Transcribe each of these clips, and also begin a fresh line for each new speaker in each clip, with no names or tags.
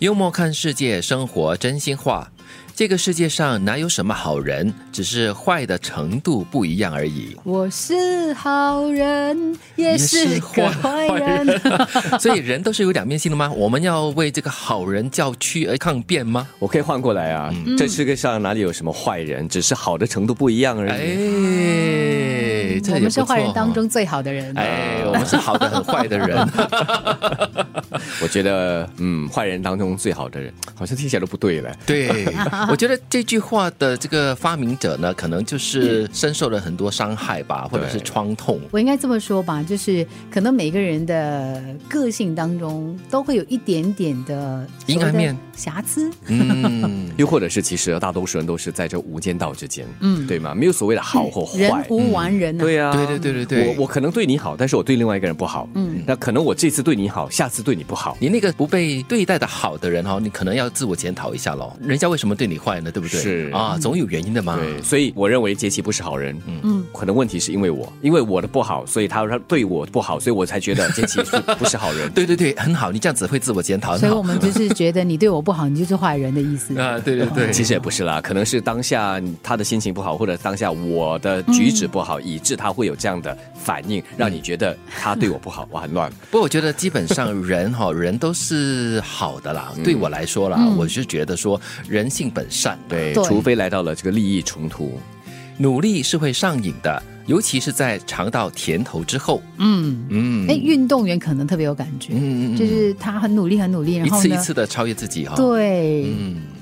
幽默看世界，生活真心话。这个世界上哪有什么好人，只是坏的程度不一样而 已。
我是好人，也是个坏人。
所以人都是有两面性的吗？我们要为这个好人叫屈而抗辩吗？
我可以换过来啊，
嗯
这世界上哪里有什么坏人，只是好的程度不一样而已。啊
哎，这
我
也不
们是
错
坏人
哦
当中最好的人。
哎，我们是好的很坏的人。
我觉得，嗯，坏人当中最好的人，好像听起来都不对了。
对，我觉得这句话的这个发明者呢，可能就是深受了很多伤害吧，或者是创痛。
我应该这么说吧，就是可能每个人的个性当中都会有一点点的
阴暗面、
瑕疵，
嗯，
又或者是，其实大多数人都是在这无间道之间，嗯，对吗？没有所谓的好或
嗯
坏，
人无完人呐、
对呀、啊，
对对对对对
我我可能对你好，但是我对另外一个人不好，嗯，那可能我这次对你好，下次对你不好，
你那个不被对待的好的人哦，你可能要自我检讨一下喽。人家为什么对你坏呢？对不对？
是
啊，总有原因的嘛。
对，所以我认为杰奇不是好人，嗯，可能问题是因为我，因为我的不好，所以他他对我不好，所以我才觉得杰奇是不是好人。
对对对，很好，你这样子会自我检讨，
所
很
以我
好。
们就是觉得你对我不好，你就是坏人的意思。
啊，对对对，
其实也不是啦，可能是当下他的心情不好，或者当下我的举止不好，以致他会有这样的反应，让你觉得他对我不好，我很乱。
不过我觉得基本上人哈、 人都是好的啦。对我来说啦，
嗯
我是觉得说人性本善，
对，
对
除非来到了这个利益冲突，
努力是会上瘾的，尤其是在尝到甜头之后。
嗯，
嗯
哎，运动员可能特别有感觉，
嗯嗯
就是他很努力，很努力，然
一
后
次
呢，
一次嗯的超越自己哈、
对，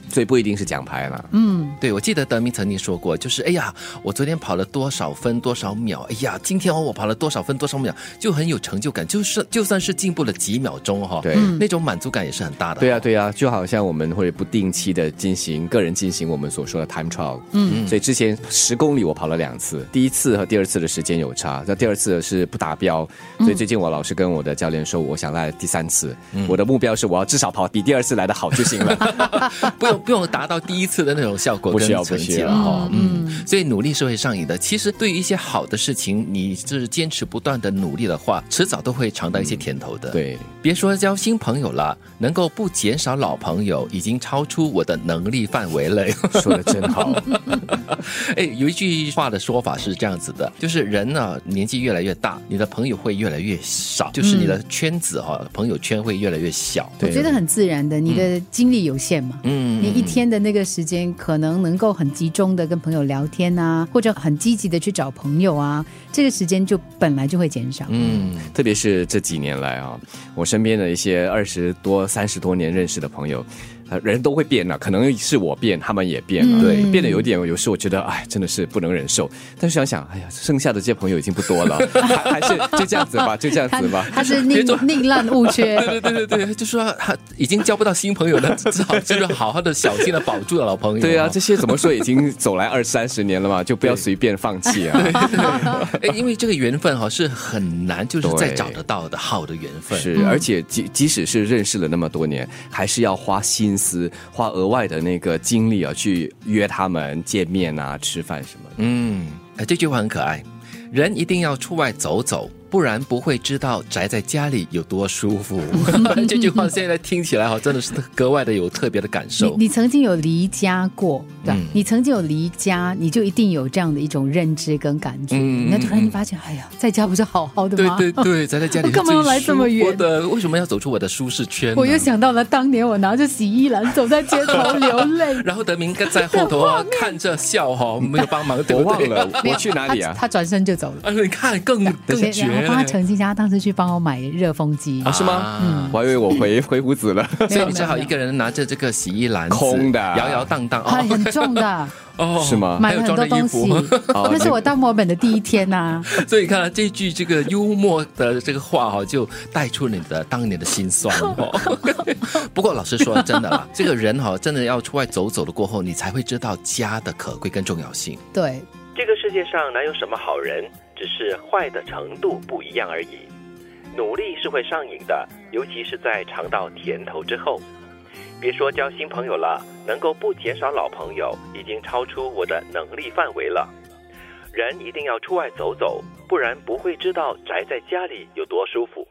所以不一定是奖牌啦。
嗯，
对，我记得德明曾经说过，就是哎呀，我昨天跑了多少分多少秒，哎呀，今天哦我跑了多少分多少秒，就很有成就感，就是就算是进步了几秒钟哈、
对
那种满足感也是很大的。
对啊，对啊，就好像我们会不定期的进行个人进行我们所说的 time trial，嗯，所以之前十公里我跑了两次，第一次和第二次的时间有差，那第二次是不达标，所以最近我老是跟我的教练说，我想来第三次，我的目标是我要至少跑比第二次来的好就行了，
不用不用达到第一次的那种效果
不需要
跟成绩
不需要
了
啊
哈，嗯，所以努力是会上瘾的。其实对于一些好的事情，你是坚持不断的努力的话，迟早都会尝到一些甜头的。，
嗯对。
别说交新朋友了，能够不减少老朋友，已经超出我的能力范围了。
说的真好，
哎，有一句话的说法是这样子的，就是人呢、年纪越来越大，你的朋友会越来越少，就是你的圈子哈、朋友圈会越来越小。
我
对
觉得很自然的，你的精力有限嘛。
嗯
你一天的那个时间，可能能够很集中的跟朋友聊天啊，或者很积极的去找朋友啊，这个时间就本来就会减少。
嗯，
特别是这几年来啊，我身边的一些二十多、三十多年认识的朋友，呃，人都会变了，可能是我变，他们也变了，
嗯对
变得有点，有时我觉得，哎，真的是不能忍受。但是想想，哎呀，剩下的这些朋友已经不多了，还还是就这样子吧，就这样
他
子 吧。
他是宁宁滥勿缺，
对对对对，对，就说他已经交不到新朋友了，只好就是好好的小心的保住了老朋友。
对啊，这些怎么说已经走来二三十年了嘛，就不要随便放弃啊。
哎，因为这个缘分哈是很难，就是再找得到的好的缘分。
是，而且即即使是认识了那么多年，还是要花心思、花额外的那个精力啊，去约他们见面啊、吃饭什么的。
嗯，哎，这句话很可爱。人一定要出外走走，不然不会知道宅在家里有多舒 服。这句话现在听起来哈，真的是格外的有特别的感
你
受。
你曾经有离家过，对
嗯
吧？你曾经有离家，你就一定有这样的一种认知跟感觉。
嗯
那突然你发现，哎呀，在家不是好好的
对
吗？
对对，宅在家里
干嘛要来这么
是最舒服的？为什么要走出我的舒适圈呢？，
我又想到了当年我拿着洗衣篮走在街头流泪
然后德明哥在后头啊看着笑哈，没有帮忙，对
我
不
忘
对？
了
没
我
有
去哪里啊
他？他转身就走 了。
啊，你看更更绝
然后帮他
了。
澄清一下，他当时去帮我买热风机，
啊，是吗？
嗯
我还以为我回 回胡子了。
所以
没有
你只好
没有
一个人拿着这个洗衣篮子
空的啊
摇摇荡荡
很
哦
很重的，
哦，
是吗
买了很多
还有装
东
着衣
西
服。。
哦
那是我到墨尔本的第一天呐、
所以你看啊这句这个幽默的这个话哈、哦，就带出了你的当年的辛酸哦。不过老实说，真的啦，这个人哈、哦，真的要出外走走了过后，你才会知道家的可贵跟重要性。
对，
这个世界上哪有什么好人，只是坏的程度不一样而已。努力是会上瘾的，尤其是在尝到甜头之后。别说交新朋友了，能够不减少老朋友，已经超出我的能力范围了。人一定要出外走走，不然不会知道宅在家里有多舒服。